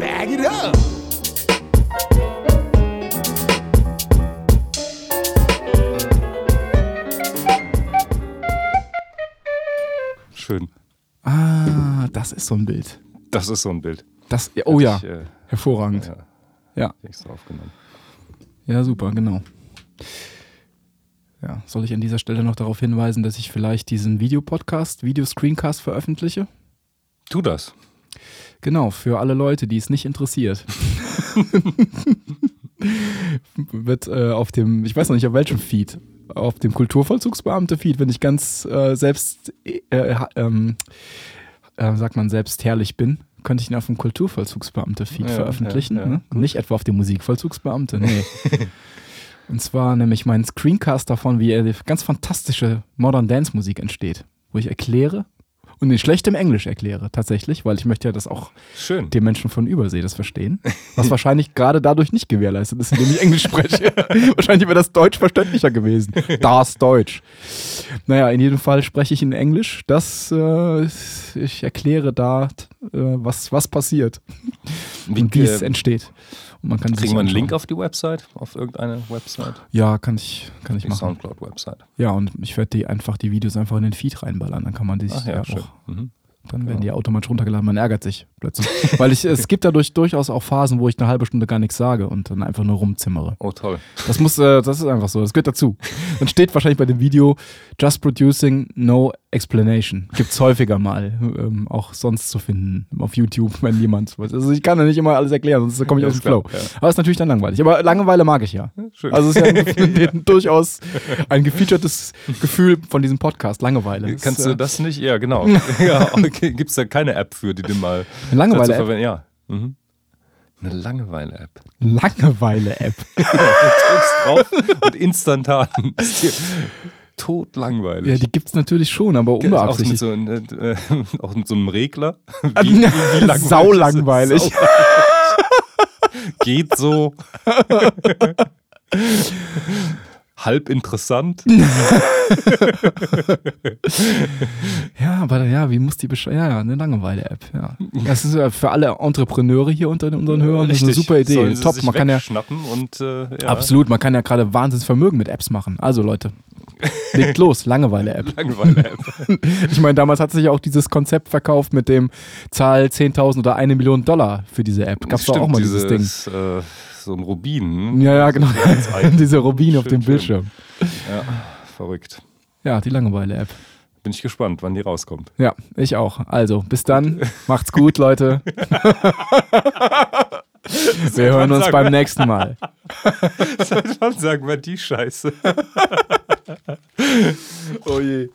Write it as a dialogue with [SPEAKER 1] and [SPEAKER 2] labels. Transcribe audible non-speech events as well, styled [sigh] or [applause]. [SPEAKER 1] Bag it up!
[SPEAKER 2] Schön.
[SPEAKER 3] Ah, das ist so ein Bild.
[SPEAKER 2] Das ist so ein Bild.
[SPEAKER 3] Das, ja, oh ja,
[SPEAKER 2] Ich, äh,
[SPEAKER 3] hervorragend.
[SPEAKER 2] ja,
[SPEAKER 3] Ja.
[SPEAKER 2] extra aufgenommen.
[SPEAKER 3] ja, super, genau. Ja, soll ich an dieser Stelle noch darauf hinweisen, dass ich vielleicht diesen Videopodcast, Videoscreencast veröffentliche?
[SPEAKER 2] Tu das.
[SPEAKER 3] Genau, für alle Leute, die es nicht
[SPEAKER 2] [laughs]
[SPEAKER 3] interessiert. Wird äh, auf dem, ich weiß noch nicht auf welchem Feed, auf dem Kulturvollzugsbeamte-Feed, wenn ich ganz äh, selbst, äh, ha- ähm, äh, sagt man, selbst herrlich bin, könnte ich ihn auf dem Kulturvollzugsbeamte-Feed
[SPEAKER 2] Ja,
[SPEAKER 3] veröffentlichen.
[SPEAKER 2] ja, ja,
[SPEAKER 3] ne? Nicht etwa auf dem Musikvollzugsbeamte,
[SPEAKER 2] [laughs]
[SPEAKER 3] nee. Und zwar nämlich mein Screencast davon, wie äh, ganz fantastische Modern Dance Musik entsteht, wo ich erkläre und in schlechtem Englisch erkläre, tatsächlich, weil ich möchte ja das auch
[SPEAKER 2] Schön.
[SPEAKER 3] den Menschen von Übersee das verstehen. Was wahrscheinlich gerade dadurch nicht gewährleistet ist, indem ich Englisch
[SPEAKER 2] [laughs]
[SPEAKER 3] spreche. wahrscheinlich wäre das Deutsch verständlicher gewesen. Das Deutsch. Naja, in jedem Fall spreche ich in Englisch. Das, äh, ich erkläre da, t- äh, was, was passiert und wie es
[SPEAKER 2] äh,
[SPEAKER 3] entsteht. Und man kann sich
[SPEAKER 2] kriegen wir einen Link
[SPEAKER 3] anschauen.
[SPEAKER 2] auf die Website? Auf irgendeine Website?
[SPEAKER 3] Ja, kann ich, kann ich
[SPEAKER 2] Die
[SPEAKER 3] machen.
[SPEAKER 2] Soundcloud-Website.
[SPEAKER 3] Ja, und ich werde die einfach die Videos einfach in den Feed reinballern. Dann kann man die sich
[SPEAKER 2] Ach
[SPEAKER 3] ja,
[SPEAKER 2] ja, schön.
[SPEAKER 3] auch
[SPEAKER 2] Mhm.
[SPEAKER 3] Dann werden die automatisch runtergeladen. Man ärgert sich plötzlich. [laughs] Weil ich, es gibt dadurch durchaus auch Phasen, wo ich eine halbe Stunde gar nichts sage und dann einfach nur rumzimmere.
[SPEAKER 2] Oh, toll.
[SPEAKER 3] Das muss, äh, das ist einfach so. Das gehört dazu. Dann steht wahrscheinlich bei dem Video Just Producing No Explanation. Gibt es häufiger mal. Ähm, auch sonst zu finden auf YouTube, [laughs] wenn jemand. was- Also ich kann ja nicht immer alles erklären, sonst komme ich
[SPEAKER 2] Ja,
[SPEAKER 3] aus dem
[SPEAKER 2] ist klar,
[SPEAKER 3] Flow. Aber ist natürlich dann langweilig. Aber Langeweile mag ich ja.
[SPEAKER 2] Schön.
[SPEAKER 3] Also
[SPEAKER 2] [laughs]
[SPEAKER 3] es ist ja ein, durchaus ein gefeaturtes Gefühl von diesem Podcast. Langeweile.
[SPEAKER 2] Kannst
[SPEAKER 3] Ist,
[SPEAKER 2] du
[SPEAKER 3] äh,
[SPEAKER 2] das nicht?
[SPEAKER 3] [laughs]
[SPEAKER 2] Ja, genau. [laughs] ja, okay. Gibt es da keine App für, die den mal
[SPEAKER 3] Langeweile-App?
[SPEAKER 2] dazu verwenden? Ja. Mhm. Eine Langeweile-App.
[SPEAKER 3] Langeweile-App. [laughs]
[SPEAKER 2] Drückst drauf und instantan [laughs] ist dir tot langweilig.
[SPEAKER 3] Ja, die gibt's natürlich schon, aber
[SPEAKER 2] Ja, auch, mit
[SPEAKER 3] unbeabsichtigt.
[SPEAKER 2] so, einem, äh, [laughs] äh, auch mit so
[SPEAKER 3] [laughs]
[SPEAKER 2] einem Regler. Wie, ist
[SPEAKER 3] Sau
[SPEAKER 2] es?
[SPEAKER 3] langweilig.
[SPEAKER 2] Sau- [laughs]
[SPEAKER 3] [laughs]
[SPEAKER 2] Geht so. Halb interessant.
[SPEAKER 3] Ja, aber ja, wie muss die besch Ja, ja, eine Langeweile-App. Ja. Das ist ja für alle Entrepreneure hier unter den- unseren Hörern das ist eine super Idee.
[SPEAKER 2] Sollen sie
[SPEAKER 3] Top,
[SPEAKER 2] sich
[SPEAKER 3] man kann ja
[SPEAKER 2] wegschnappen und äh, ja,
[SPEAKER 3] absolut, man kann ja gerade Wahnsinnsvermögen mit Apps machen. Also
[SPEAKER 2] [laughs]
[SPEAKER 3] Leute, legt los, Langeweile-App.
[SPEAKER 2] Langeweile-App.
[SPEAKER 3] Ich meine, damals hat sich ja auch dieses Konzept verkauft mit dem Zahl 10.000 oder eine Million Dollar für diese App. [laughs] Gab's doch auch mal dieses, Ding.
[SPEAKER 2] dieses Äh, so ein Rubin.
[SPEAKER 3] Ja, ja, genau. [laughs]
[SPEAKER 2] Eigen.
[SPEAKER 3] Diese Rubin auf
[SPEAKER 2] Schön,
[SPEAKER 3] dem
[SPEAKER 2] schön.
[SPEAKER 3] Bildschirm.
[SPEAKER 2] Verrückt.
[SPEAKER 3] Ja, die Langeweile-App.
[SPEAKER 2] Bin ich gespannt, wann
[SPEAKER 3] [laughs]
[SPEAKER 2] die rauskommt. [laughs]
[SPEAKER 3] Ja, ich auch. Also, bis dann. Macht's gut, Leute. Wir hören uns
[SPEAKER 2] sagen.
[SPEAKER 3] beim nächsten Mal.
[SPEAKER 2] Wann sagen wir die Scheiße?
[SPEAKER 3] Oh je.